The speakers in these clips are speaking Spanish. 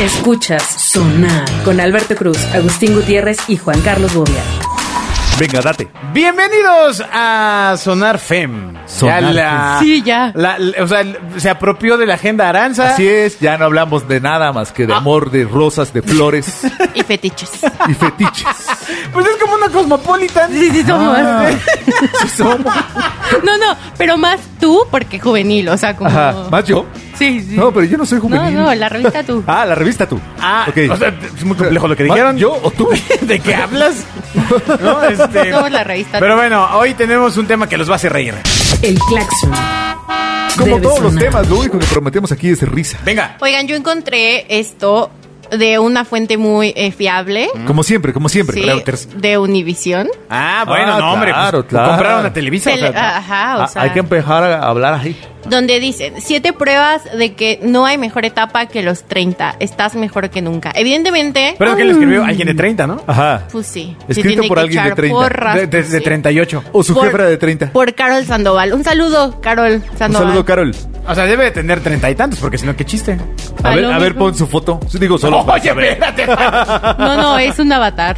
Escuchas Sonar con Alberto Cruz, Agustín Gutiérrez y Juan Carlos Bobia. Venga, date. Bienvenidos a Sonar Fem. Sonar Ya la- Fem. Sí, ya. la- la- o sea, se apropió de la agenda Ah. Aranza. Así es, ya no hablamos de nada más que de amor, de rosas, de flores Y fetiches. y fetiches. Pues es como una cosmopolitan. Sí, sí, somos. Ah, sí somos. Ah. No, no, pero más tú, porque juvenil, o sea, como. Ajá, ¿Más yo? Sí, sí. No, pero yo no soy no, juvenil. no, la revista tú. Ah, la revista tú. Ah, Ok. o sea, es muy complejo lo que ¿Más dijeron. ¿Yo o tú? ¿De qué hablas? No, este- Somos la revista Pero bueno, hoy tenemos un tema que los va a hacer reír. El claxon. Como Debe todos los sonar. temas, lo único que prometemos aquí es risa. Venga. Oigan, yo encontré esto de una fuente muy eh, fiable. Como siempre, como siempre. sí, Reuters. de Univisión. Ah, bueno, Ah, no, hombre. pues, claro, claro. Compraron la Televisa. o Tele- sea, Ajá, o Ah, sea. Hay que empezar a hablar así. Donde dicen, siete pruebas de que no hay mejor etapa que los 30. Estás mejor que nunca. Evidentemente, Pero es que lo escribió alguien de 30, ¿no? Ajá. pues sí. se Escrito tiene por que alguien de echar 30. porras, De, de- pues de sí. 38. O su Por- jefa era de 30. Por Carol Sandoval. Un saludo, Carol Un Sandoval. saludo, Carol. O sea, debe de tener treinta y tantos, porque si no, qué chiste. A ver, a Palomita. ver, pon su foto. Digo, solo. para saber. espérate. No, no, es un avatar.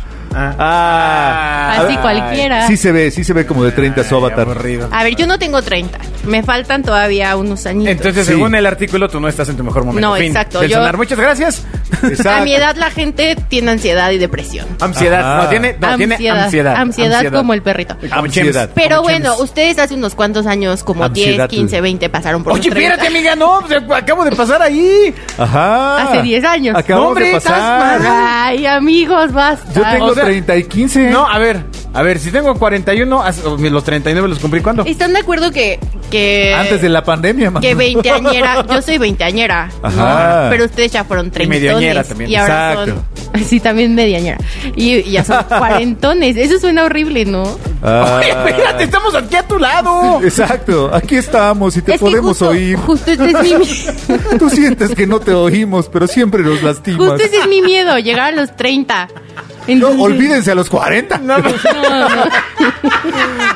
Ah, Así Ay, cualquiera. Sí se ve, sí se ve como de 30 su Ay, avatar. aburrido. A ver, yo no tengo 30. Me faltan todavía unos añitos. Entonces, Sí. según el artículo, tú no estás en tu mejor momento. No, Fin exacto, del yo- sonar. Muchas gracias. a mi Exacto. edad la gente tiene ansiedad y depresión. Ansiedad. Ajá. No, tiene, no, tiene ansiedad. Ah, Ansiedad como el perrito. Ansiedad. Pero como bueno, Chems. ustedes hace unos cuantos años, como Ansiedad. 10, 15, 20, pasaron por los Oye, 30. espérate, amiga, no. pues, Acabo de pasar ahí. Ajá. Hace 10 años. Acabamos No, hombre, de estás pasar. mal. Ay, amigos, basta. Yo tengo O sea, 30 y 15. No, a ver. A ver, si tengo 41, as- o los 39 los cumplí cuándo? ¿Están de acuerdo que... eh, que Antes de la pandemia, man. Que veinteañera, yo soy veinteañera, Ajá. ¿no? pero ustedes ya fueron treintones. medioñera también. Y ahora son, sí, también mediañera. Y, y ya son cuarentones. Eso suena horrible, ¿no? Ah, Oye, espérate, estamos aquí a tu lado. Exacto, aquí estamos y te Es que podemos justo- oír. Justo este es mi, mi- Tú sientes que no te oímos, pero siempre nos lastimas. justo ese es mi miedo, llegar a los 30. No, Entonces- olvídense a los 40. No, pues,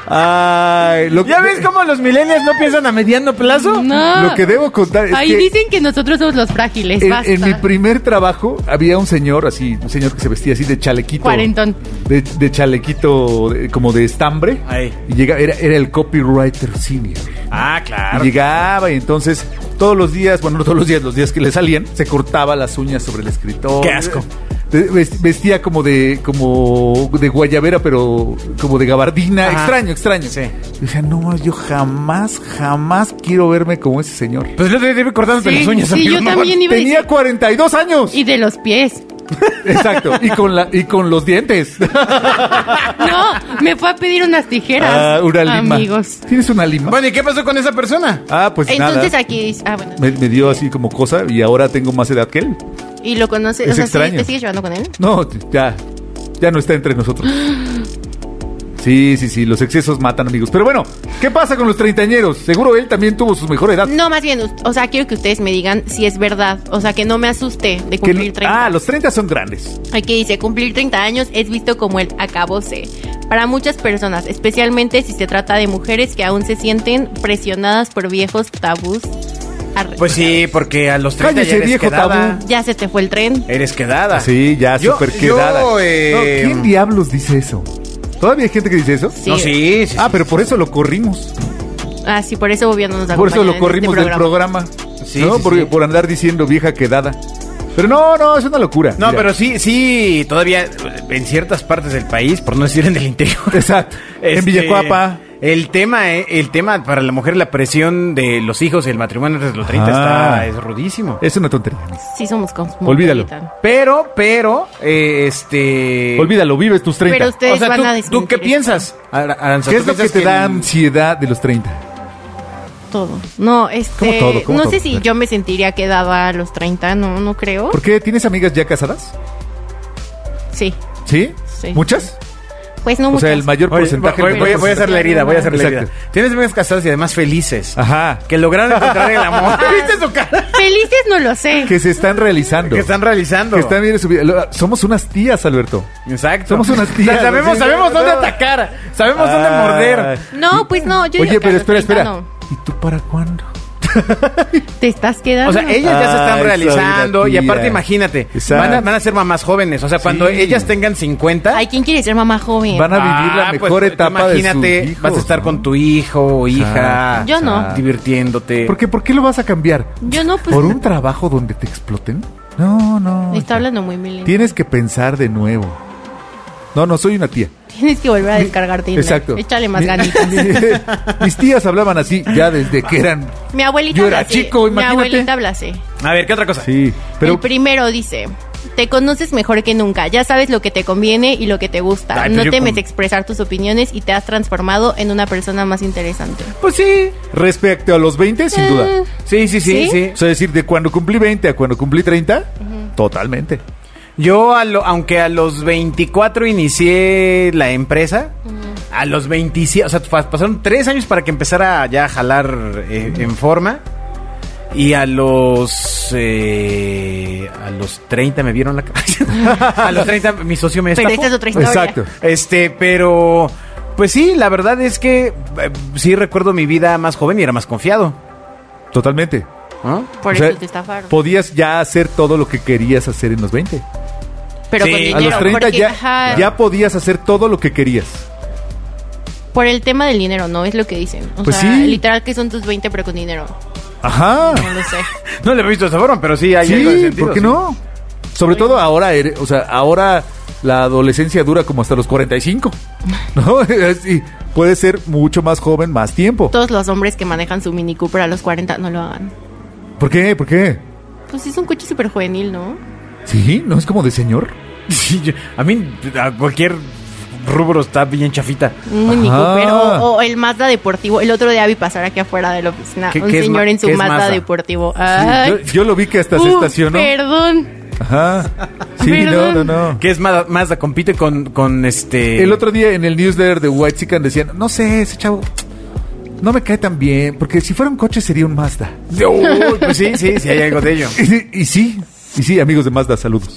Ay, lo, ¿Ya ves cómo los milenios no piensan a mediano plazo? No. lo que debo contar es Ahí que dicen que nosotros somos los frágiles, en, basta. en mi primer trabajo había un señor así, un señor que se vestía así de chalequito. Cuarentón. De, de chalequito de- como de estambre. Ahí. Y llega, era, era el copywriter senior. Ah, claro. Y llegaba y entonces todos los días, bueno, no todos los días, los días que le salían, se cortaba las uñas sobre el escritorio. Qué asco. Ve- ves- Vestía como de como de guayabera, pero como de gabardina. Ajá. Extraño, extraño. Sí. O sea, no, yo jamás, jamás quiero verme como ese señor. Pues yo te debe cortándote Sí, las uñas, sí, amigo, yo no, también iba a Tenía decir- 42 años. Y de los pies. Exacto. Y con, la, y con los dientes. No, me fue a pedir unas tijeras. Ah, una lima. Amigos. ¿Tienes una lima? Bueno, ¿y qué pasó con esa persona? ah, pues Entonces nada. aquí dice- ah, bueno. Me, me dio así como cosa y ahora tengo más edad que él. Y lo conoces, Es o sea, ¿sí- extraño. ¿te sigues llevando con él? No, ya. Ya no está entre nosotros. Sí, sí, sí, los excesos matan, amigos. Pero bueno, ¿qué pasa con los treintañeros? Seguro él también tuvo su mejor edad. No, más bien, us- o sea, quiero que ustedes me digan si es verdad. O sea, que no me asuste Que- de cumplir 30. ah, los 30 son grandes. Aquí dice, cumplir 30 años es visto como el acabose. Para muchas personas, especialmente si se trata de mujeres que aún se sienten presionadas por viejos tabús. Arre. Pues sí, porque a los 30 Cállese, ya eres viejo quedada. tabú. Ya se te fue el tren. Eh, Eres quedada. Sí, ya, Yo- súper yo, quedada. eh, No, ¿Quién diablos dice eso? ¿Todavía hay gente que dice eso? No, sí, sí, Ah, pero por eso lo corrimos. Ah, sí, por eso Bobia no nos Por eso acompaña en lo este corrimos del programa. Sí, ¿No? sí, por, sí. por andar diciendo vieja quedada. Pero no, no, es una locura. No, Mira. pero sí, sí, todavía en ciertas partes del país, por no decir en el interior. Exacto. En Este, Villacuapa. El tema, eh, el tema para la mujer, la presión de los hijos y el matrimonio antes de los 30 Ah. Eh. está, es rudísimo. Es una tontería. Sí, somos cosmopolitan. Olvídalo. Pero, pero, eh, este... Olvídalo, vives tus 30. Pero ustedes o sea, van ¿tú, a ¿tú desmentir qué esto. piensas, Ar- Aranza? ¿Qué ¿Tú es lo que piensas te da en- ansiedad de los 30? Todo. No, este. ¿Cómo todo? ¿Cómo no todo? sé si yo me sentiría quedada a los 30, no, no creo. ¿Por qué? ¿Tienes amigas ya casadas? Sí. ¿Sí. Sí. ¿Muchas? Pues o no sea, muchas. el mayor Oye, porcentaje. voy, voy- voy a hacer la herida, voy a hacer la herida. Exacto. Ah. Tienes amigas casadas y además felices. Ajá. Que lograron encontrar el amor. ¿Viste su cara? Felices no lo sé. Que se están realizando. Que están realizando. Que están bien en su vida. Lo- Somos unas tías, Alberto. Exacto. Somos unas tías. Ya sabemos, Sí, sabemos no, dónde no. atacar. Sabemos dónde Ah. morder. No, pues no, yo Oye, digo que pero a los espera, 30 espera. no. ¿Y tú para cuándo? Te estás quedando. O sea, ellas ya se están Ay, realizando y Sabrina, aparte tía. imagínate, Exacto. van a, van a ser mamás jóvenes. O sea, cuando Sí. ellas tengan 50... Ay, ¿quién quiere ser mamá joven? Van a vivir la Ah, mejor pues, etapa de sus Imagínate, hijos, vas a estar ¿no? con tu hijo o hija. Yo no. ah, Divirtiéndote. ¿Por qué, ¿Por qué lo vas a cambiar? Eh, Yo no, pues. ¿Por un trabajo donde te exploten? No, no. Está hablando muy milenial. Tienes que pensar de nuevo. No, no, soy una tía. Tienes que volver a descargar Tinder. Exacto. Échale más Mi- ganitas. Mis tías hablaban así ya desde que eran. Mi abuelita Yo era habla así. chico, Mi imagínate. abuelita habla así. A ver, ¿qué otra cosa? Sí, el pero primero dice, te conoces mejor que nunca, ya sabes lo que te conviene y lo que te gusta, Ay, pero no yo temes con- expresar tus opiniones y te has transformado en una persona más interesante. Pues sí. respecto a los 20, sin duda. Eh. Sí, sí, sí, ¿Sí? sí. O sea, decir, de cuando cumplí 20 a cuando cumplí 30, totalmente. Yo, a lo- aunque a los 24 inicié la empresa, a los 27, o sea, pas- pasaron tres años para que empezara ya a jalar eh, en forma. Y a los eh, a los 30 me vieron la cara. a los 30 mi socio me Pero estafó. esta es otra historia. Exacto. Este, pero pues sí, la verdad es que eh, sí recuerdo mi vida más joven y era más confiado. Totalmente. ¿no? Por O sea, eso te estafaron. Podías ya hacer todo lo que querías hacer en los 20. Pero Sí. con A dinero. A los 30 porque, ya, ajá, ya podías hacer todo lo que querías. Por el tema del dinero, ¿no? Es lo que dicen. O Pues sea, sí. literal que son tus 20 pero con dinero. Ajá. No lo sé. No le he visto esa forma, pero sí hay algo de Sí, sentido, ¿por qué sí. no? Sobre todo ahora, eres- o sea, ahora la adolescencia dura como hasta los 45, ¿no? Y puedes ser mucho más joven más tiempo. Todos los hombres que manejan su Mini Cooper a los 40 no lo hagan. ¿Por qué? ¿Por qué? Pues es un coche súper juvenil, ¿no? Sí, ¿no es como de señor? Sí, yo- a mí, a cualquier rubro está bien chafita. Un Mini Ajá. Cooper o, o el Mazda deportivo. El otro día vi pasar aquí afuera de la oficina ¿Qué- un qué es señor ma- en su qué es Mazda, Mazda? deportivo. Sí, Ay, yo, yo lo vi que hasta se Uh, estacionó. Perdón. Ajá. Sí, no, Perdón. no, no. Que es Mazda, Mazda, compite con, con este... El otro día en el newsletter de White Chicken decían, no sé, ese chavo no me cae tan bien, porque si fuera un coche sería un Mazda. Uy, pues sí, sí, sí hay algo de ello. Y, sí- y sí, y sí, amigos de Mazda, saludos.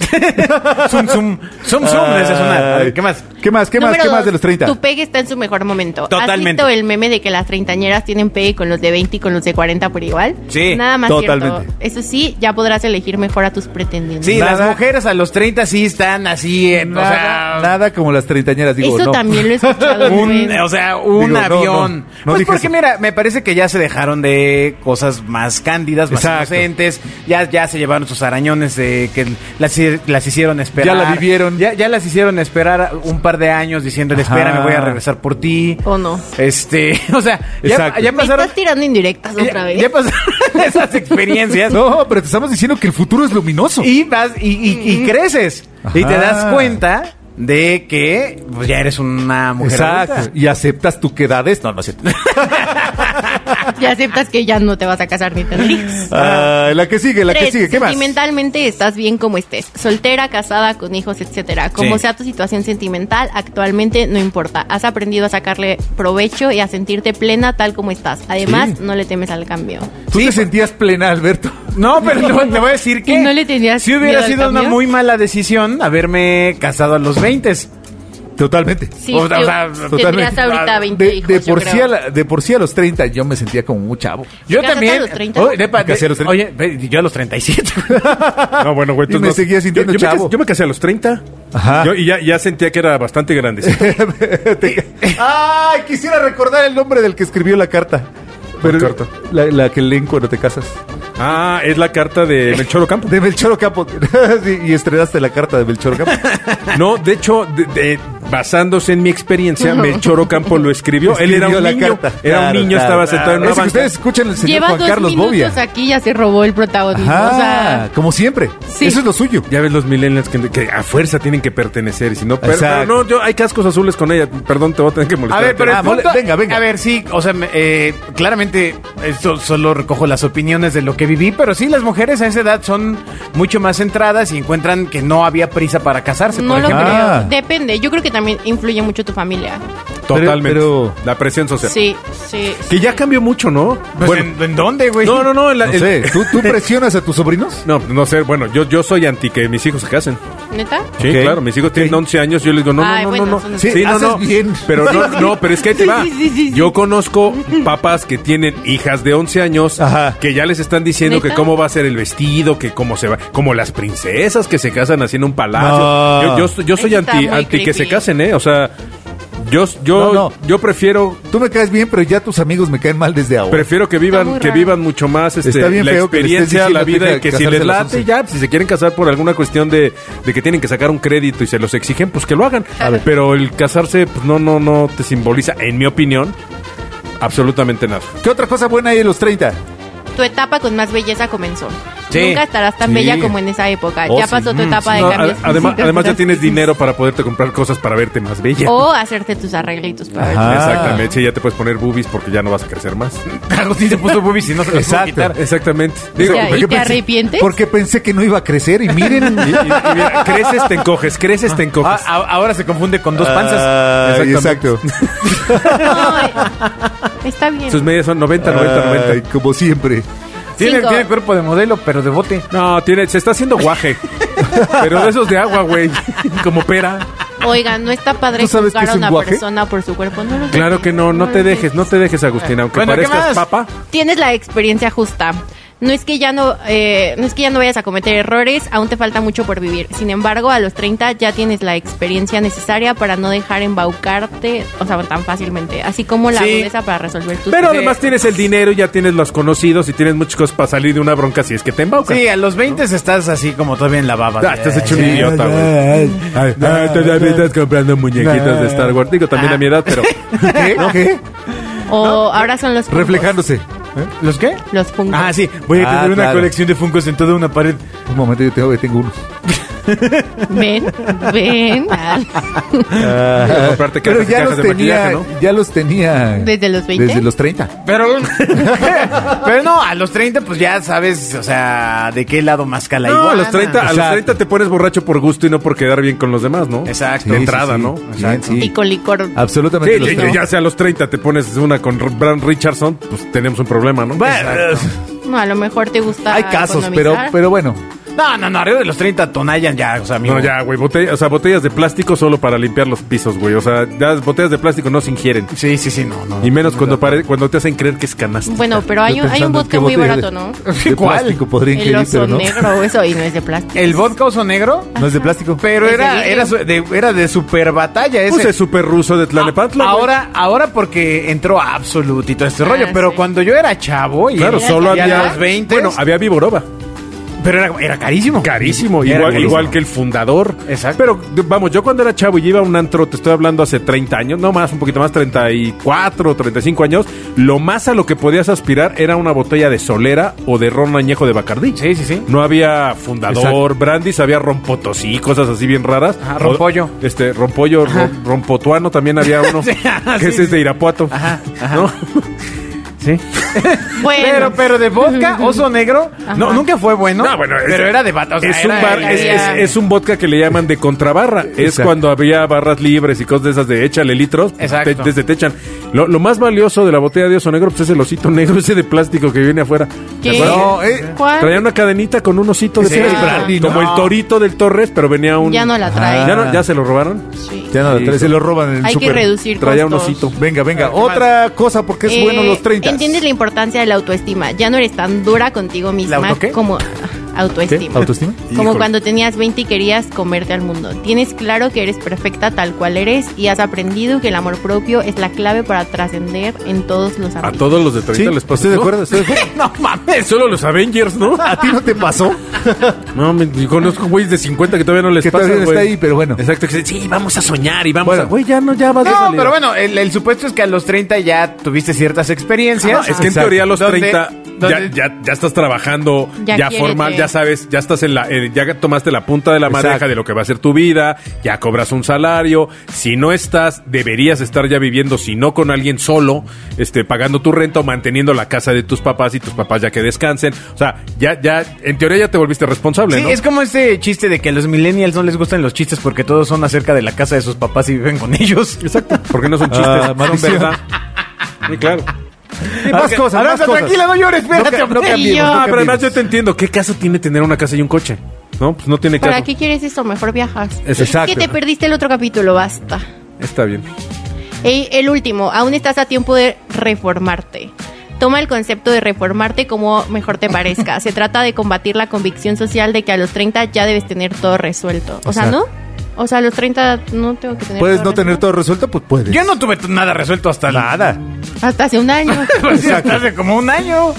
Zoom, zoom, zoom, zoom, desde sonar. A ver, ¿qué más? ¿Qué más? ¿Qué más? Número ¿Qué más dos, de los 30? Tu pegue está en su mejor momento. Totalmente. ¿Has visto el meme de que las treintañeras tienen pegue con los de 20 y con los de 40 por igual? Sí, Nada más totalmente. cierto. Eso sí, ya podrás elegir mejor a tus pretendientes. Sí, Nada. las mujeres a los 30 sí están así en... nada, o sea, nada como las treintañeras, digo, Eso no. también lo he escuchado. Un, güey. o sea, Digo, un no, avión. no, no pues dije porque eso. mira, me parece que ya se dejaron de cosas más cándidas, más Exacto. inocentes. Ya, ya se llevaron sus arañones de que las, las hicieron esperar. Ya la vivieron. Ya, ya las hicieron esperar un par de años diciéndole, Ajá. espera, me voy a regresar por ti. ¿O no? Este, o sea, ya, Exacto. ya Me pasaron... estás tirando indirectas otra ya- vez. ya pasaron esas experiencias. No, pero te estamos diciendo que el futuro es luminoso. Y vas y, y- y creces. Y te Ajá. das cuenta de que pues, ya eres una mujer Exacto. adulta. Y aceptas tu quedades. No, no es cierto. Ya aceptas que ya no te vas a casar ni tener hijos. Ah, la que sigue, la que Tres, sigue. ¿Qué más? Sentimentalmente estás bien como estés, soltera, casada, con hijos, etcétera. Como Sí. sea tu situación sentimental, actualmente no importa. Has aprendido a sacarle provecho y a sentirte plena tal como estás. Además, Sí. no le temes al cambio. Tú te sentías plena, Alberto. No, pero te, voy- te voy a decir que. ¿Y no le tenías Si hubiera miedo al sido una cambio? muy mala decisión haberme casado a los 20. Totalmente. Sí, O sea, te- o sea, tendrías totalmente. Ah, ahorita 20 de, hijos. de yo por sí creo. a la- de por sí a los 30 yo me sentía como un chavo. Yo casaste también. a los 30? Oye, de pa- Me casé a los 30. oye, ve, yo a los 37. No, bueno, güey, Y entonces me no- seguía sintiendo yo, yo me chavo. casé- yo me casé a los 30. Ajá. Yo- y ya, ya sentía que era bastante grande. Te- Ay, quisiera recordar el nombre del que escribió la carta. Pero carta? La, la que leen cuando te casas. Ah, es la carta de Melchor Ocampo. De Melchor Ocampo. Sí, y estrenaste la carta de Melchor Ocampo. No, de hecho, de- de- basándose en mi experiencia, Melchor Ocampo lo escribió. Él era Escribió un la niño, carta. era Claro, un niño, claro, estaba claro. sentado en una Es que banca. ustedes escuchan el señor Lleva Juan dos Carlos minutos Bobia. aquí ya se robó el protagonismo. Ajá, o sea, como siempre. Sí. Eso es lo suyo. Ya ves los millennials que, que a fuerza tienen que pertenecer, y si no, per- Exacto. no, no, yo hay cascos azules con ella. Perdón, te voy a tener que A molestar. ver, pero el Ah, mole- punto- venga, venga. A ver, sí, o sea, me- eh, claramente esto solo recojo las opiniones de lo que viví, pero sí, las mujeres a esa edad son mucho más centradas y encuentran que no había prisa para casarse. no por lo ejemplo. Ah. creo. Depende. Yo creo que también influye mucho tu familia. Totalmente. pero- La presión social. Sí, sí. Que ya cambió mucho, ¿no? Pues, bueno, ¿en, en dónde, güey? no, no, no. en la- No el- sé, ¿tú, tú presionas a tus sobrinos? no, pues, no sé. Bueno, yo, yo soy anti que mis hijos se casen. ¿Neta? Sí, Ok. claro. Mis hijos tienen Ok. 11 años. Yo les digo, no, no, Ay, no, bueno, no, no. son- Sí, no, haces no, bien. Pero no, no, pero es que ahí te va. sí, sí, sí, sí. Yo conozco papás que tienen hijas de 11 años Ajá. que ya les están diciendo ¿Neta? que cómo va a ser el vestido, que cómo se va, como las princesas que se casan así en un palacio. No. Yo, yo, yo soy Eso está anti, muy anti que se creepy. casen, ¿eh? O sea, yo, yo, No, no. yo prefiero Tú me caes bien, pero ya tus amigos me caen mal desde ahora. Prefiero que Está vivan, muy que raro. vivan mucho más este, Está bien la feo que le estés experiencia, diciendo la que vida, tenga y que que si casarse les a las late 11. ya, pues, si se quieren casar por alguna cuestión de, de que tienen que sacar un crédito y se los exigen, pues que lo hagan. A ver. Pero el casarse, pues no, no, no te simboliza, en mi opinión, absolutamente nada. ¿Qué otra cosa buena hay en los 30? Tu etapa con más belleza comenzó. Sí. Nunca estarás tan Sí. bella como en esa época. Oh, ya sí. pasó tu Mm, etapa sí. de No, cambios. a- además, físicos. además ya tienes dinero para poderte comprar cosas para verte más bella. O hacerte tus arreglitos para ver. Ajá. Exactamente, sí, ya te puedes poner boobies porque ya no vas a crecer más. Agustín se puso boobies y no se los pudo Exacto. quitar. Exactamente. O Digo, sea, porque ¿Y te pensé- arrepientes? Porque pensé que no iba a crecer y miren. y- y- y mira, creces, te encoges, creces, te Ah, encoges. a- ahora se confunde con dos panzas. Ay, Exactamente. exacto. Ay, Está bien. Sus medias son 90, 90, 90. Ay, como siempre. Tiene, Cinco. tiene cuerpo de modelo, pero de bote. No, tiene, se está haciendo guaje. pero de esos de agua, güey. Como pera. Oigan, no está padre ¿Tú sabes juzgar qué a es un una guaje? persona por su cuerpo. No lo Claro que no, no te dejes, no te dejes, Agustín. Aunque Bueno, ¿qué parezcas más? Pues papa. Tienes la experiencia justa. No es que ya no, eh, no es que ya no vayas a cometer errores, aún te falta mucho por vivir. Sin embargo, a los 30 ya tienes la experiencia necesaria para no dejar embaucarte, o sea, tan fácilmente, así como la Sí. agudeza para resolver tus Pero problemas. además tienes el dinero, ya tienes los conocidos y tienes muchas cosas para salir de una bronca si es que te embaucas. Sí, a los 20 estás así como todavía en la baba. Ah, estás hecho un Sí. idiota, güey. Ah, Todavía estás comprando muñequitos de Star Wars. Digo, también a mi edad, pero... ¿Qué? ¿Qué? O ahora son los Reflejándose. ¿Los qué? Los Funkos. Ah, sí. Voy a Ah, tener una claro. colección de Funkos en toda una pared. Un momento, yo tengo, tengo unos. Ven, ven. Ah, a Ah, comprarte Pero cajas y ya cajas los de tenía, maquillaje, ¿no? ya los tenía. ¿Desde los 20? Desde los 30. Pero, pero no, a los 30 pues ya sabes, o sea, de qué lado más cala No, a iguana. los 30, a los Exacto. 30 te pones borracho por gusto y no por quedar bien con los demás, ¿no? Exacto. De Sí, entrada, sí, sí. ¿no? Bien, sí. Ah. Y con licor. Absolutamente. Sí, los ya, ya- 30. ya sea a los 30 te pones una con R- Bran Richardson, pues tenemos un problema, ¿no? Bueno, No, a lo mejor te gusta. Hay casos, pero, economizar. pero bueno. no, no, no, arriba de los 30 tonayan ya, o sea, amigo. No, ya, güey, botella- o sea, botellas de plástico solo para limpiar los pisos, güey. O sea, las botellas de plástico no se ingieren. Sí, sí, sí, no, no. Y menos cuando, pare- cuando te hacen creer que es canasta. Bueno, pero hay yo un, hay pensando en un vodka qué muy botella barato, de- ¿no? De ¿Cuál? plástico podría El ingerir, oso pero no. negro, eso, y no es de plástico. El vodka oso negro, No es de plástico. pero Es era, de era, su- de, era de super batalla ese. Pues es súper ruso de Tlalnepantla. güey. ahora, ahora porque entró Absolute y todo este Ah, rollo, pero sí. cuando yo era chavo y, Claro, Ya solo sabía. había. a los 20, Bueno, había Viboroba. pero era, era carísimo. Carísimo, Era igual, carísimo. igual que el fundador. Exacto. Pero de- vamos, yo cuando era chavo y iba a un antro, te estoy hablando hace 30 años, no más, un poquito más, 34, 35 años, lo más a lo que podías aspirar era una botella de solera o de ron añejo de Bacardí. Sí, sí, sí. No había fundador, Exacto. brandis, había rompotosí, cosas así bien raras. Ajá, rompollo. O- este, rompollo, rom- rompotuano también había uno. Sí, ajá, que sí, ese es este sí. de Irapuato. Ajá, ajá. ¿No? Sí. Bueno, Pero, pero de vodka, oso negro, no, nunca fue bueno. No, bueno, es- pero era de batalla. es, un bar- es, es- es un vodka que le llaman de contrabarra. Es Exacto. cuando había barras libres y cosas de esas de échale litros. pues, Exacto. te- desde te echan. Lo, lo más valioso de la botella de oso negro pues, es el osito negro ese de plástico que viene afuera. ¿Qué? ¿Te acuerdas? No, eh, ¿Cuál? Traía una cadenita con un osito de Ese era el plástico, brandy, ¿no? Como el torito del Torres, pero venía un. Ah. Ya no la trae. ¿Ya, no- ya se lo robaron. Sí. Ya no, se lo roban en el Hay que súper. reducir Traía un costos. osito. Venga, venga. Otra cosa, porque es Eh, bueno los 30. Entiendes la importancia de la autoestima. Ya no eres tan dura contigo misma ¿La auto qué? como ah, autoestima. ¿Qué? ¿Autoestima? Como Híjole. cuando tenías 20 y querías comerte al mundo. Tienes claro que eres perfecta tal cual eres y has aprendido que el amor propio es la clave para trascender en todos los A ámbitos. todos los de 30 les pasó. ¿Estoy de ¿no? acuerdo? ¿Estoy de acuerdo? No mames. Solo los Avengers, ¿no? ¿A ti no te pasó? No, me, yo conozco güeyes de 50 que todavía no les Que pasa, todavía no güey. está ahí, pero bueno. Exacto, que sí, vamos a soñar y vamos Bueno. a... Güey, ya no, ya vas de No, salida. pero bueno, el, el supuesto es que a los 30 ya tuviste ciertas experiencias. Ah, es que en Exacto. teoría a los Donde- 30 ya, Donde- ya, ya estás trabajando, Ya ya, quiérete. formal, ya sabes, ya estás en la, eh, ya tomaste la punta de la Exacto. madeja de lo que va a ser tu vida, ya cobras un salario, si no estás, deberías estar ya viviendo, si no con alguien solo, este, pagando tu renta o manteniendo la casa de tus papás y tus papás ya que descansen, o sea, ya, ya, en teoría ya te volviste responsable, Sí, ¿no? es como este chiste de que a los millennials no les gustan los chistes porque todos son acerca de la casa de sus papás y viven con ellos. Exacto, porque no son chistes, Ah, son maldición. verdad. Ah, Sí, claro. Sí, más Ok, cosas, más Aranza, cosas. tranquila, no llores, espérate. No, ca- no hombre. cambiemos, Y yo. no Ah, pero cambiemos. además yo te entiendo, ¿qué caso tiene tener una casa y un coche? No, pues no tiene caso. ¿Para qué quieres eso? Mejor viajas. Es exacto. Que te perdiste el otro capítulo, basta. Está bien. Y el último, aún estás a tiempo de reformarte. Toma el concepto de reformarte como mejor te parezca. Se trata de combatir la convicción social de que a los 30 ya debes tener todo resuelto. O sea, ¿no? O sea, a los 30 no tengo que tener Puedes no tener resuelto. todo resuelto, pues puedes. Yo no tuve t- nada resuelto hasta nada. Hasta hace un año. hace como un año.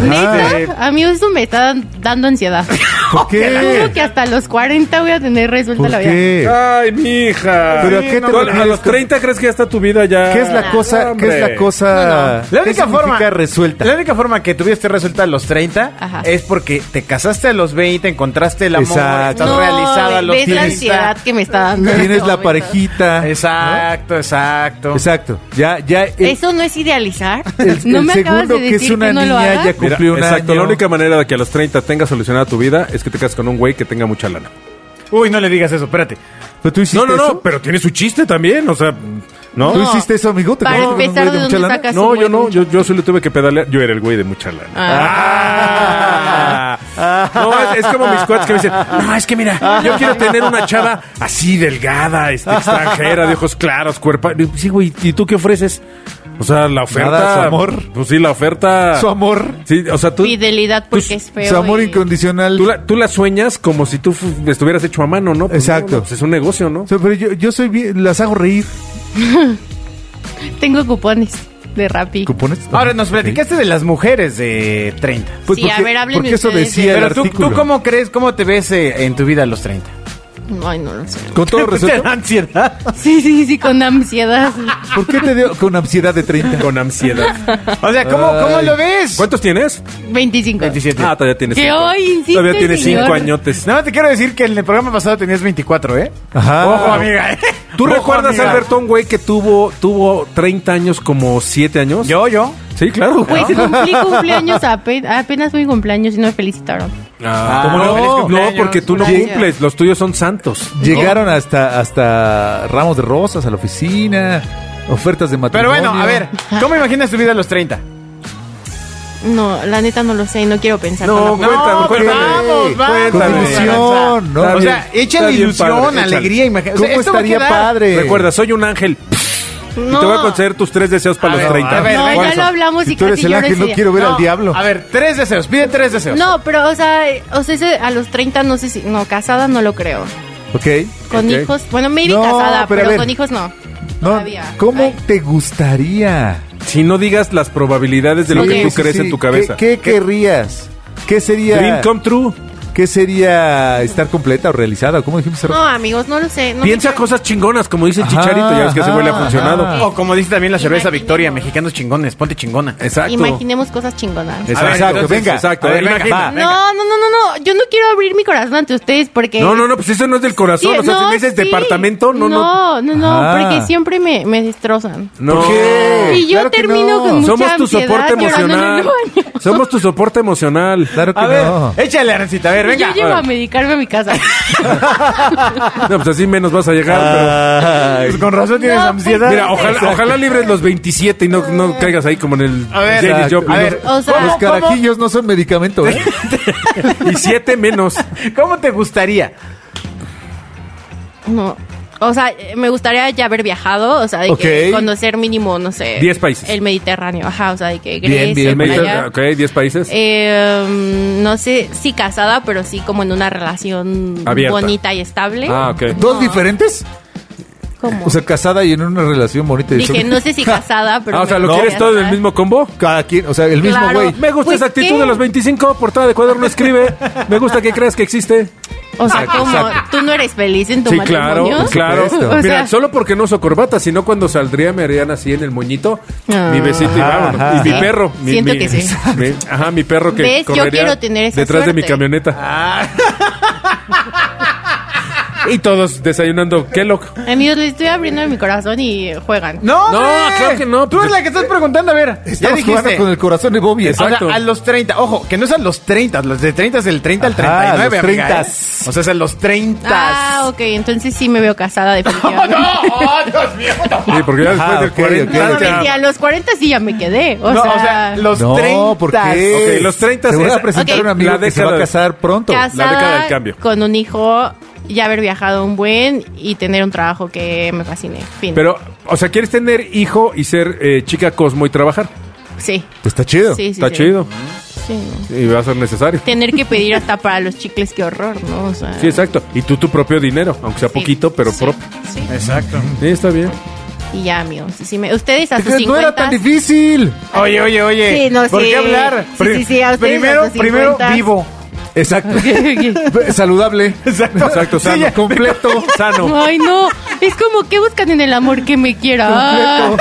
¿Neta? A mí eso me está dan- dando ansiedad. ¿Por qué? Creo que hasta los 40 voy a tener resuelta ¿Por la vida. qué? Ay, mija. ¿Pero a qué te No, a refieres los con- 30 crees que ya está tu vida ya. ¿Qué es la cosa? ¿Qué es la Hombre. cosa? La ¿qué única significa forma resuelta. La única forma que tuviste resuelta a los 30 Ajá. es porque te casaste a los 20, encontraste el amor, Exacto. estás No, realizada a los ves la 30. ansiedad que me está dando. en Tienes este la momento. parejita. Exacto, exacto. ¿no? Exacto. Ya, ya. eh, el- ¿Eso no es idealizar? el- no el me acabas segundo de que es decir que, una no lo niña hagas. ya- Mira, Cumplí un exacto, año. la única manera de que a los 30 tengas solucionada tu vida es que te cases con un güey que tenga mucha lana. Uy, no le digas eso, espérate. ¿Pero tú hiciste No, no, no, eso? pero tiene su chiste también, o sea, ¿no? ¿Tú hiciste eso, amigo? ¿Te Para casaste con un empezar, güey ¿de mucha dónde lana? sacas? No, yo no, yo, yo sí le tuve que pedalear, yo era el güey de mucha lana. Ah. Ah. No, es, es como mis cuates que me dicen, no, es que mira, yo quiero tener una chava así delgada, este, extranjera, de ojos claros, cuerpo. Sí, güey, ¿y tú qué ofreces? O sea, la oferta. Nada, su amor. Pues sí, la oferta. Su amor. Sí, o sea, tú. Fidelidad porque tú- es feo. eh. Su amor y- incondicional. Tú la, tú la sueñas como si tú fu- estuvieras hecho a mano, ¿no? Pues Exacto. no, no, pues es un negocio, ¿no? O sea, pero yo, yo soy bien, las hago reír. Tengo cupones de Rappi. ¿Cupones? Ahora, nos Ok. platicaste de las mujeres de 30. Pues, Sí, a porque- ver, háblenme Porque eso ustedes de- decía el Pero tú, artículo. tú, ¿cómo crees, cómo te ves eh, en tu vida a los 30? Ay, no lo sé. Con todo ¿Te resuelto. da ansiedad? Sí, sí, sí, con ansiedad. ¿Por qué te dio con ansiedad de 30? Con ansiedad. O sea, ¿cómo, cómo Ay. lo ves? ¿Cuántos tienes? 25. 27. Ah, todavía tienes Que hoy insiste, Todavía tienes señor. cinco añotes. Nada más te quiero decir que en el programa pasado tenías 24, ¿eh? Ajá. Ojo, amiga, ¿eh? ¿Tú Ojo, recuerdas, amiga. Alberto, un güey que tuvo, tuvo 30 años como 7 años? Yo, yo. Sí, claro. Pues cumplí cumpleaños apenas, apenas fui cumpleaños y no me felicitaron. Ah, ¿cómo no? Feliz no? cumpleaños. No, porque tú no Gracias. cumples. Los tuyos son santos. Llegaron hasta, hasta ramos de rosas a la oficina, ofertas de Pero matrimonio. bueno, a ver, ¿cómo imaginas tu vida a los 30? No, la neta no lo sé y no quiero pensar. No, tampoco. güey. Cuéntame, No, pues cuéntame. vamos, vamos. Cuéntame. Con ilusión, ¿no? O Está sea, bien, echa está bien ilusión, padre, échale. alegría, imagínate. ¿Cómo estaría padre? Recuerda, soy un ángel. no. Y te voy a conceder tus tres deseos para A los ver, 30. a ver, No, ¿Cuáles ya lo son? hablamos Si y tú eres casi el lloro ángel, ese no día. quiero ver al No, diablo. A ver, tres deseos, pide tres deseos. No, pero, o sea, o sea, ese- a los 30 no sé si... No, casada no lo creo. Ok. Con Ok. hijos... Bueno, maybe No, casada, pero a pero, ver. con hijos no. No, Todavía. ¿Cómo Ay. te gustaría? Si no digas las probabilidades de lo Sí, que tú sí, crees Sí, en tu cabeza. ¿Qué, qué querrías? ¿Qué sería? Dream come true. ¿Qué sería estar completa o realizada? ¿Cómo dijimos? hace rato? No, amigos, no lo sé. no me Piensa creo. cosas chingonas, como dice Ajá, Chicharito. Ya ves que ese güey le ha ajá. funcionado. Ah. O como dice también la cerveza Imaginemos. Victoria, mexicanos chingones, ponte chingona. Exacto. Imaginemos cosas chingonas. Exacto, A ver, entonces, venga. Exacto. a ver, venga, imagina. va. No, no, no, no, no. Yo no quiero abrir mi corazón ante ustedes porque. No, no, no, pues eso no es del corazón. Sí, o sea, si no, me dices sí. departamento, no, No, no. no, no, Ah. porque siempre me, me destrozan. No. ¿Por qué? Y yo Claro que termino no. con mucha Somos tu ansiedad soporte llorando en el emocional. baño. Somos tu soporte emocional. Claro que A ver, no. échale, Arancita, a ver, venga. yo llego a órale. medicarme a mi casa. No, pues así menos vas a llegar. Ah. Ay. Pues con razón tienes Ah, No, pero... ansiedad. Mira, ojalá, ojalá libres los 27 y no, Ah. no caigas ahí como en el A ver, Janis exacto. Joplin. a ver, O sea, Los carajillos no son medicamento, ¿eh? Y 7 menos. ¿cómo te gustaría? No. O sea, eh, me gustaría ya haber viajado, o sea, de que Ok. conocer mínimo, no sé. 10 países. El Mediterráneo, ajá, o sea, de que Grecia, Bien, bien, El por Mediter- allá. ok, 10 países. Eh, mm, no sé, sí casada, pero sí como en una relación Abierta. bonita y estable. Ah, ok. ¿Dos diferentes? ¿Cómo? O sea, casada y en una relación bonita. y Dije, sobre- no sé si casada, pero. Ah, o sea, me ¿lo gustaría quieres todo en el casar. mismo combo? Cada quien, o sea, el mismo Claro. güey. Me gusta Pues, esa actitud ¿qué? de los 25, portada de cuaderno escribe. Me gusta que creas que existe. O sea, Exacto, como exacto. tú no eres feliz en tu Sí, claro, matrimonio. claro. supuesto. O Mira, sea- solo porque no uso corbata, sino cuando saldría me harían así en el moñito. Ah. mi besito y Ajá, vámonos. ajá. Y mi Sí, perro. mi- siento mi- que sí. mi- ajá, mi perro que ¿Ves? Yo correría quiero tener esa detrás de mi suerte. Ah. camioneta. Y todos desayunando Kellogg. Amigos, les estoy abriendo mi corazón y juegan. No, No, hombre. claro que no. Tú eres la que estás preguntando, a ver. Estamos jugando con el corazón de Bobby. O sea, Exacto. a los 30, ojo, que no es a los 30, los de 30 es del 30 al Ajá, 39, los amiga, 30. ¿eh? O sea, es a los 30. Ah, ok, entonces sí me veo casada definitivamente. Sí, porque ya después Ajá, del ok, 40. ok, ok. ya- Y a los 40 sí ya me quedé. O No, sea, los no, 30. ¿por qué? Ok, los 30 Te voy es- a presentar ok. a un amigo La que se va a década. casar pronto. casada década del cambio. con un hijo, ya haber viajado un buen y tener un trabajo que me fascine. Fin. Pero, o sea, quieres tener hijo y ser eh, chica Cosmo y trabajar. sí. Está chido. Sí, sí, Está sí. chido. Sí, no. Y va a ser necesario. Tener que pedir hasta para los chicles, qué horror, ¿no? O sea, Sí, exacto. Y tú tu propio dinero, aunque sea sí, poquito, pero sí, propio. sí. Exacto. Sí, está bien. Y ya, amigos. sí me- ustedes a sus Entonces, 50. no era tan difícil. Oye, oye, oye. Sí, no, ¿Por sí. qué hablar? Sí, sí, sí, a ustedes a primero, los primero 50. vivo. Exacto. Saludable. Exacto. Exacto, Sí, sano. ya. completo. Sano. Ay, no. Es como que buscan en el amor que me quiera. Ah,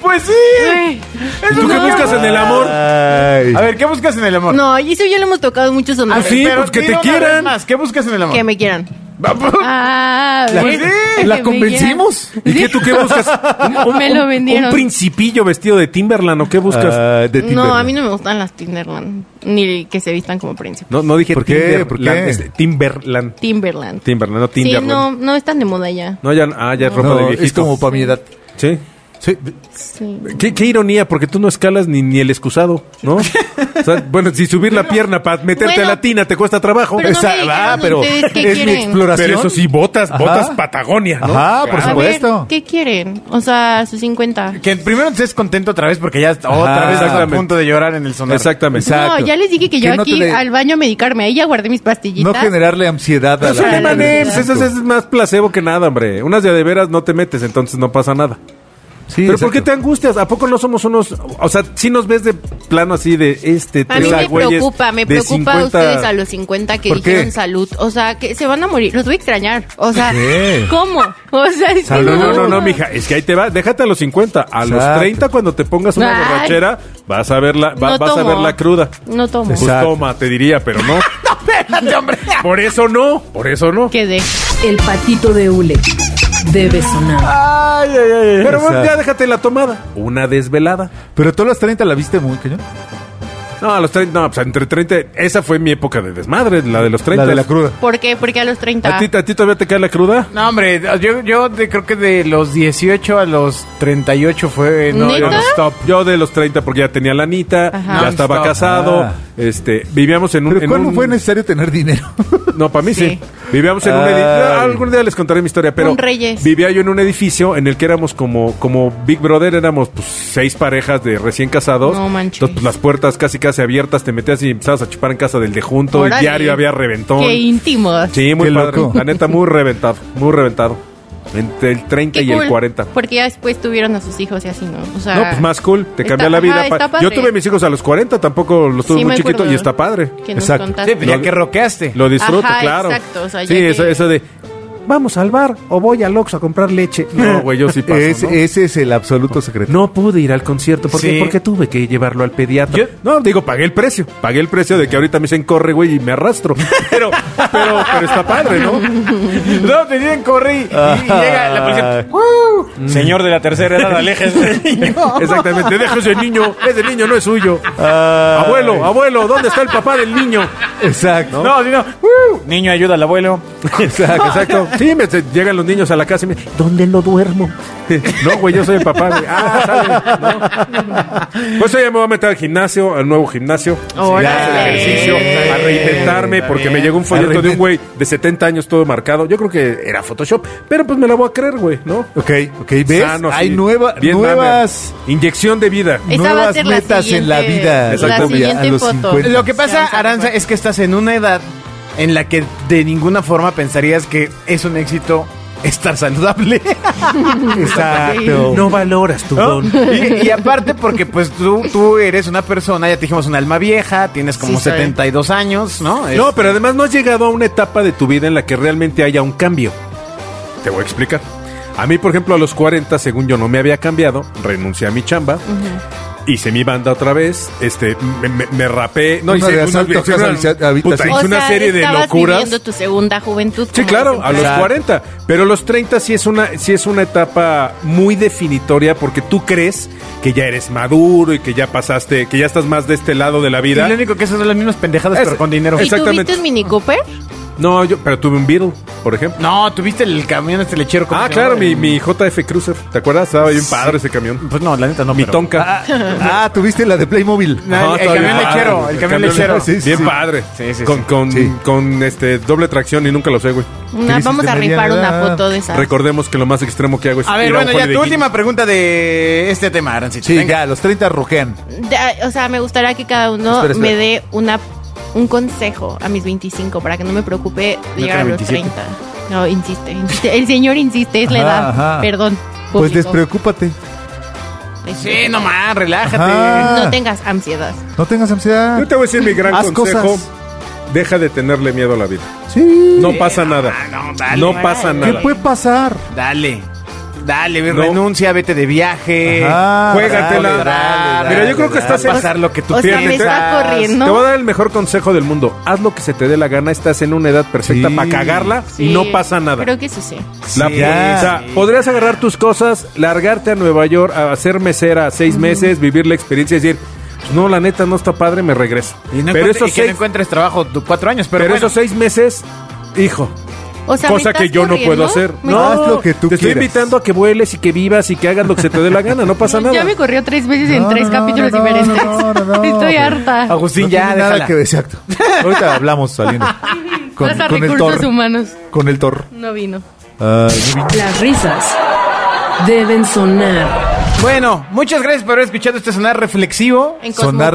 Pues sí. ay. Es ¿Tú lo qué que- buscas en el amor? Ay. A ver, ¿qué buscas en el amor? No, y eso ya lo hemos tocado muchos Ah, sonoros. sí, pues que dilo te una vez quieran. Más. ¿Qué buscas en el amor? Que me quieran. Ah, ¿La, ¿ves? ¿la Que me convencimos? ¿Y qué tú qué buscas? ¿Un, un- Me lo un- vendieron. un principillo vestido de Timberland o qué buscas? Ah, de quieran. Tinder. No, a mí no me gustan las Tinderland. Ni que se vistan como príncipe. no, no dije ¿Por qué? Tinder- ¿Por qué? Land, este, Timberland. Timberland. Timberland, no Sí, Tinderland. no, no están de moda ya. No, ya, ah, ya es ropa No, de viejito. es como para mi edad. Sí. Sí. Sí. ¿Qué, qué ironía, porque tú no escalas ni, ni el excusado, ¿no? O sea, bueno, si subir la pierna para meterte bueno, a la tina te cuesta trabajo. pero no Esa- me dijeron Ah, va, pero ustedes qué es mi quieren. exploración. Pero eso sí, botas, Ajá. botas Patagonia, ¿no? Ajá, por A ver, supuesto. ¿Qué quieren? O sea, sus 50. Que primero estés contento otra vez porque ya otra Ajá, vez estás a exactamente. punto de llorar en el sonar. Exactamente. No, ya les dije que yo Que no te aquí de- al baño a medicarme. Ahí ya guardé mis pastillitas. No generarle ansiedad a Pero la son Dale, gente. M&M's, esas pues es más placebo que nada, hombre. Unas de a de veras no te metes, entonces no pasa nada. Sí, Pero exacto. ¿por qué te angustias? ¿A poco no somos unos... O sea, si nos ves de plano así de este... A mí tres me güeyes preocupa, me de preocupa 50. a ustedes a los 50 que ¿Por qué? dijeron salud. O sea, que se van a morir. Los voy a extrañar. O sea, ¿Qué? ¿cómo? O sea, es que No, no, no, no, mija, es que ahí te va, déjate a los 50, a los Exacto. 30 cuando te pongas una Ay. borrachera vas a verla, No vas a tomo. verla cruda. No tomo. Pues Exacto. toma, te diría, pero no. Por eso no, por eso no. Quedé. El patito de hule debe sonar. Ay, ay, ay. Pero bueno, Exacto. ya déjate la tomada. Una desvelada. Pero tú a los 30 la viste muy cañón. No, a los 30, no, pues entre 30, esa fue mi época de desmadre, la de los 30. La de la cruda. ¿Por qué? Porque a los ¿A 30. ti, a ti todavía te cae la cruda? No, hombre, yo, yo de- creo que de los 18 a los 38 fue... No, Yo ¿Neta? no stop. Yo de los 30 porque ya tenía la anita, Ajá. ya estaba Non-stop. casado, Ah. este, vivíamos en un ¿Pero en cuándo un- fue necesario tener dinero? No, para mí sí. Sí. Vivíamos en un Ay. edificio. Algún día les contaré mi historia, pero Un Reyes. vivía yo en un edificio en el que éramos como, como Big Brother, éramos pues, seis parejas de recién casados. No manches. Entonces, pues, las puertas casi casi abiertas, te metías y empezabas a chupar en casa del de junto. El Órale. diario había reventón. Qué íntimos. Sí, muy Qué padre. loco. La neta, muy reventado, muy reventado. Entre el 30 Qué y cool, el 40. Porque ya después tuvieron a sus hijos y así, ¿no? O sea, No, pues más cool, te está- cambia la vida. ajá, pa- está Yo padre. tuve mis hijos a los 40, tampoco los tuve Sí, muy me chiquito acuerdo. y está padre. Que nos contaste. Sí, pues ya que roqueaste. Lo disfruto, Ajá, claro. exacto, o sea, ya sí, que- eso, eso de vamos al bar o voy al Oxxo a comprar leche. No, güey, yo sí paso. Es- ¿no? Ese es el absoluto secreto. No pude ir al concierto porque Sí. porque tuve que llevarlo al pediatra. Yo- no, digo, pagué el precio. Pagué el precio de que ahorita me dicen corre, güey, y me arrastro. Pero, pero, pero está padre, ¿no? No, te dicen corre y, y- y llega la policía. "Uh, Señor de la tercera edad, aléjese del niño. Mm. Exactamente. Deja ese niño. Ese niño no es suyo. Ah. Abuelo, abuelo, ¿dónde está el papá del niño? Exacto. No, si no. "Uh, niño, ayuda al abuelo. Exacto, exacto. Sí, me- se- llegan los niños a la casa y me ¿dónde lo duermo? No, güey, yo soy el papá, güey. Ah, sale, ¿no? Pues hoy ya me voy a meter al gimnasio, al nuevo gimnasio. Órale. Al ejercicio, a reinventarme, Está porque bien. me llegó un folleto A de un reinvent- güey de 70 años todo marcado. Yo creo que era Photoshop, pero pues me la voy a creer, güey, ¿no? Ok, ok, ¿ves? Sano, Hay sí. nueva- Bien nuevas, mamer. Inyección de vida. Esa va a nuevas ser la metas en la siguiente- vida. Exacto. La Bobia, siguiente a los foto. 50. Lo que pasa, Sean Aranza, es que estás en una edad en la que de ninguna forma pensarías que es un éxito estar saludable. Exacto. No valoras tu ¿no? don. Y, y aparte porque pues tú, tú eres una persona, ya te dijimos, un alma vieja, tienes como Sí, soy. 72 años, ¿no? Es- este- No, pero además no has llegado a una etapa de tu vida en la que realmente haya un cambio. Te voy a explicar. A mí, por ejemplo, a los 40, según yo no me había cambiado, renuncié a mi chamba. Hice mi banda otra vez, este, me, me- me rapé, no Una hice de unas- asalto a hice casa habita- una, habitación. puta, hice O una sea, serie de estabas locuras. viviendo tu segunda juventud. Sí, como claro, dicen a por los ahí. 40. Pero los 30 sí es una, sí es una etapa muy definitoria porque tú crees que ya eres maduro y que ya pasaste, que ya estás más de este lado de la Y vida. lo único que esas son las mismas pendejadas, Es- pero con dinero. ¿Y Exactamente. tuviste un Mini Cooper? No, yo, pero tuve un Beatle, por ejemplo. No, tuviste el camión este lechero. ¿cómo Ah, se claro, llama? mi, mi JF Cruiser. ¿Te acuerdas? Estaba bien padre ese camión. Pues no, la neta no. Mi pero- tonka. Ah, tuviste la de Playmobil. No, el- el todavía camión padre. lechero, el camión lechero. Sí, sí, bien sí. padre. Sí, sí, con, sí. Con, Sí. con, este doble tracción y nunca lo sé, güey. Una- dices vamos de a mediana rifar una edad? foto de esa. Recordemos que lo más extremo que hago es A ver, ir un bueno, ya holiday tu inn. última pregunta de este tema, Arancito. Sí, Venga. ya, los 30 roquean. De- o sea, me gustaría que cada uno Espera, espera. me dé una un consejo a mis 25 para que no me preocupe Yo llegar a tengo los 27. 30. No, insiste, insiste. El señor insiste, es la Ajá, edad. ajá. Perdón. Pues público. despreocúpate. Sí, nomás, relájate. Ajá. No tengas ansiedad. No tengas Yo ansiedad. te voy a decir mi gran Haz consejo. cosas. Deja de tenerle miedo a la vida. Sí. No pasa nada. no, dale. No pasa ¿Qué nada. puede pasar? Dale. Dale, ve, No. renuncia, vete de viaje. Ajá, juégatela. Mira, yo creo que estás en- pasar lo que tú O sea, quieras. me Ah, está corriendo. Te voy a dar el mejor consejo del mundo. Haz lo que se te dé la gana. Estás en una edad perfecta Sí. para cagarla Sí, y no pasa nada. Creo que eso sí. La- Sí, ya. o sea, sí. podrías agarrar tus cosas, largarte a Nueva York, a hacer mesera seis meses, vivir la experiencia y decir, pues, no, la neta no está padre, me regreso. Y, no pero encuentre- esos y que no seis, encuentres trabajo tu- cuatro años, pero, pero bueno. esos seis meses, hijo, O sea, ¿me cosa estás que yo no corriendo? puedo hacer. ¿Me No, Haz lo que tú te estoy quieras. invitando a que vueles y que vivas y que hagas lo que se te dé la gana, no pasa nada. Ya me corrió tres veces en No, tres no, capítulos no, no, diferentes. no, no, no, Estoy pero- harta. Agustín, no ya, tiene nada déjala. que exacto. Ahorita hablamos saliendo. Vas a recursos humanos. Con el Thor. No vino. Ah, muy bien. Las risas deben sonar. Bueno, muchas gracias por haber escuchado este sonar reflexivo. En Sonar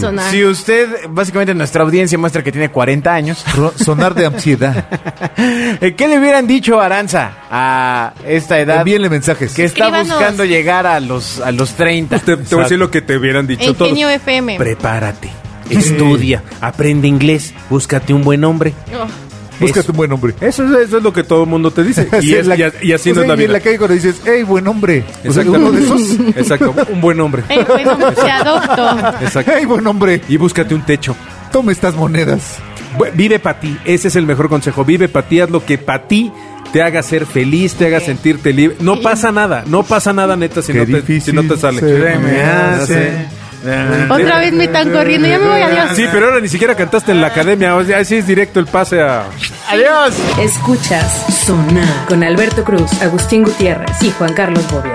reflexivo. Sonar. Si usted, básicamente nuestra audiencia muestra que tiene 40 años, Ro- sonar de ansiedad. Eh, ¿qué le hubieran dicho a Aranza a esta edad Envíenle mensajes. que está Escríbanos. buscando llegar a los, a los 30? Te, te voy a decir lo que te hubieran dicho En todos. Genio FM. Prepárate, estudia, aprende inglés, búscate un buen hombre. Oh. Búscate un buen hombre. Eso, es- eso es lo que todo el mundo te dice. Y, Sí, es- en la- y as- y así o sea, no es la pues, y en vida. la calle cuando dices, hey, buen hombre. O sea, Exactamente. uno de esos. Exacto, un buen hombre. Eh, bueno, te adopto. Exacto. hey, buen hombre. Y búscate un techo. Toma estas monedas. Bu- Vive para ti, ese es el mejor consejo. Vive para ti, haz lo que para ti te haga ser feliz, te haga sentirte libre. No pasa nada, no pasa nada, neta, si, Qué no te, si difícil no te sale. ah, se me hace. Otra vez me están corriendo. Ya me voy, adiós. Sí, pero ahora ni siquiera cantaste en la academia. O sea, así es directo el pase a. Adiós. Escuchas Sonar con Alberto Cruz, Agustín Gutiérrez y Juan Carlos Bobia.